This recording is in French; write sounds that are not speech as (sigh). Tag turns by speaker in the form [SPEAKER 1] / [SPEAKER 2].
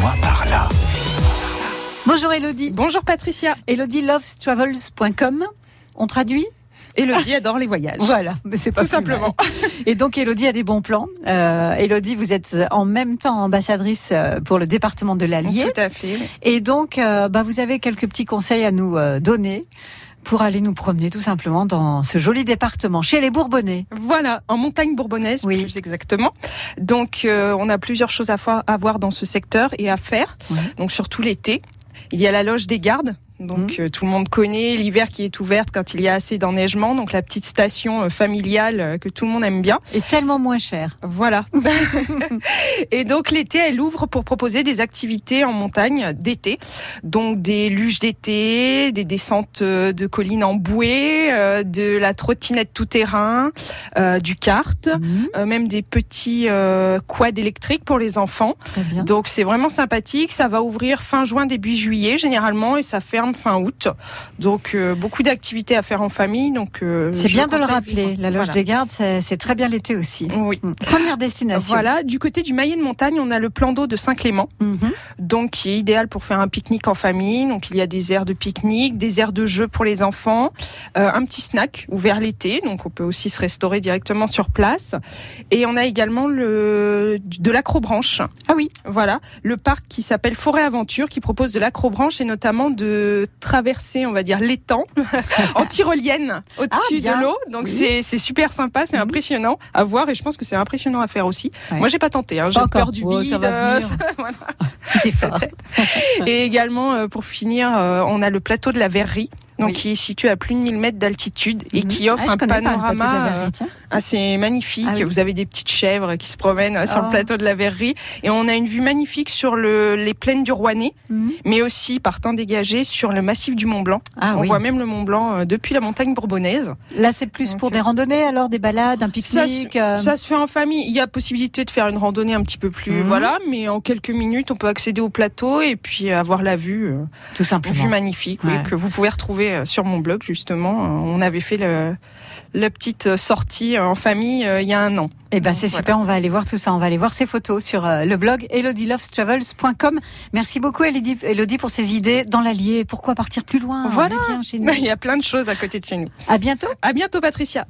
[SPEAKER 1] moi par là.
[SPEAKER 2] Bonjour Elodie.
[SPEAKER 3] Bonjour Patricia.
[SPEAKER 2] ElodieLovesTravels.com. On traduit
[SPEAKER 3] (laughs) Elodie adore les voyages.
[SPEAKER 2] Voilà, mais c'est pas
[SPEAKER 3] Tout
[SPEAKER 2] plus mal.
[SPEAKER 3] simplement.
[SPEAKER 2] Et donc Elodie a des bons plans. Euh, Elodie, vous êtes en même temps ambassadrice euh, pour le département de l'Allier.
[SPEAKER 3] Tout à fait.
[SPEAKER 2] Et donc, euh, bah, vous avez quelques petits conseils à nous euh, donner pour aller nous promener tout simplement dans ce joli département, chez les Bourbonnais.
[SPEAKER 3] Voilà, en montagne bourbonnaise,
[SPEAKER 2] Oui.
[SPEAKER 3] plus exactement. Donc, euh, on a plusieurs choses à, fo- à voir dans ce secteur et à faire.
[SPEAKER 2] Ouais.
[SPEAKER 3] Donc, surtout l'été. Il y a la loge des gardes. Donc, euh, tout le monde connaît l'hiver qui est ouverte quand il y a assez d'enneigement. Donc, la petite station euh, familiale euh, que tout le monde aime bien.
[SPEAKER 2] Et tellement moins cher.
[SPEAKER 3] Voilà. (laughs) et donc l'été, elle ouvre pour proposer des activités en montagne d'été. Donc des luges d'été, des descentes euh, de collines en bouée, euh, de la trottinette tout terrain, euh, du kart,
[SPEAKER 2] Mhm,
[SPEAKER 3] euh, même des petits euh, quads électriques pour les enfants.
[SPEAKER 2] très bien.
[SPEAKER 3] Donc c'est vraiment sympathique. Ça va ouvrir fin juin, début juillet généralement et ça ferme fin août. Donc euh, beaucoup d'activités à faire en famille. Donc euh,
[SPEAKER 2] C'est
[SPEAKER 3] je
[SPEAKER 2] bien de le
[SPEAKER 3] conseille
[SPEAKER 2] rappeler.
[SPEAKER 3] vivement.
[SPEAKER 2] La loge
[SPEAKER 3] Voilà.
[SPEAKER 2] des gardes, c'est c'est très bien l'été aussi.
[SPEAKER 3] Oui.
[SPEAKER 2] Mm. Première destination.
[SPEAKER 3] Voilà, du côté du Maillet de Montagne, on a le plan d'eau de Saint-Clément,
[SPEAKER 2] Mhm.
[SPEAKER 3] donc qui est idéal pour faire un pique-nique en famille. Donc il y a des aires de pique-nique, des aires de jeu pour les enfants, euh, un petit snack ouvert l'été, donc on peut aussi se restaurer directement sur place. Et on a également le de l'acrobranche.
[SPEAKER 2] Ah oui.
[SPEAKER 3] Voilà, le parc qui s'appelle Forêt Aventure qui propose de l'acrobranche et notamment de traverser, on va dire, l'étang
[SPEAKER 2] (laughs)
[SPEAKER 3] en tyrolienne
[SPEAKER 2] Ah,
[SPEAKER 3] au-dessus
[SPEAKER 2] bien.
[SPEAKER 3] de l'eau. Donc
[SPEAKER 2] Oui.
[SPEAKER 3] c'est c'est super sympa, c'est
[SPEAKER 2] Mhm.
[SPEAKER 3] impressionnant à voir et je pense que c'est impressionnant à faire aussi.
[SPEAKER 2] Ouais.
[SPEAKER 3] Moi, j'ai pas tenté. Hein. J'ai
[SPEAKER 2] Pas encore.
[SPEAKER 3] peur du
[SPEAKER 2] Oh,
[SPEAKER 3] vide.
[SPEAKER 2] ça va venir.
[SPEAKER 3] euh, (laughs) voilà.
[SPEAKER 2] Petit effort.
[SPEAKER 3] Et également, euh, pour finir, euh, on a le plateau de la Verrerie. Donc,
[SPEAKER 2] Oui.
[SPEAKER 3] qui est situé à plus de 1000 mètres d'altitude et
[SPEAKER 2] Mhm.
[SPEAKER 3] qui offre
[SPEAKER 2] Ah, je
[SPEAKER 3] un
[SPEAKER 2] connais pas le plateau de la
[SPEAKER 3] panorama euh,
[SPEAKER 2] Verrerie, tiens.
[SPEAKER 3] assez magnifique.
[SPEAKER 2] Ah oui.
[SPEAKER 3] Vous avez des petites chèvres qui se promènent euh, sur
[SPEAKER 2] Oh.
[SPEAKER 3] le plateau de la Verrerie et on a une vue magnifique sur le, les plaines du Rouennais,
[SPEAKER 2] Mhm.
[SPEAKER 3] mais aussi par temps dégagé sur le massif du Mont Blanc.
[SPEAKER 2] Ah
[SPEAKER 3] on
[SPEAKER 2] oui.
[SPEAKER 3] voit même le Mont Blanc euh, depuis la montagne bourbonnaise.
[SPEAKER 2] Là, c'est plus
[SPEAKER 3] Donc,
[SPEAKER 2] pour
[SPEAKER 3] euh,
[SPEAKER 2] des randonnées, alors des balades, un
[SPEAKER 3] Ça,
[SPEAKER 2] pique-nique. euh,
[SPEAKER 3] Ça se fait en famille. Il y a possibilité de faire une randonnée un petit peu plus,
[SPEAKER 2] Mhm.
[SPEAKER 3] voilà, mais en quelques minutes, on peut accéder au plateau et puis avoir la vue, euh,
[SPEAKER 2] tout
[SPEAKER 3] une vue
[SPEAKER 2] simplement.
[SPEAKER 3] magnifique, oui,
[SPEAKER 2] Ouais.
[SPEAKER 3] que vous pouvez retrouver euh, sur mon blog justement. Euh, On avait fait le, la petite euh, sortie euh, en famille euh, il y a un an. (laughs)
[SPEAKER 2] Eh ben, c'est
[SPEAKER 3] Voilà.
[SPEAKER 2] super. On va aller voir tout ça. On va aller voir ces photos sur euh, le blog elodielovestravels.com. Merci beaucoup, Elodie, Elodie, pour ces idées dans l'Allier. Pourquoi partir plus loin On
[SPEAKER 3] Voilà. (laughs)
[SPEAKER 2] est bien chez nous.
[SPEAKER 3] Il y a plein de choses à côté de chez nous.
[SPEAKER 2] À bientôt.
[SPEAKER 3] À bientôt, Patricia.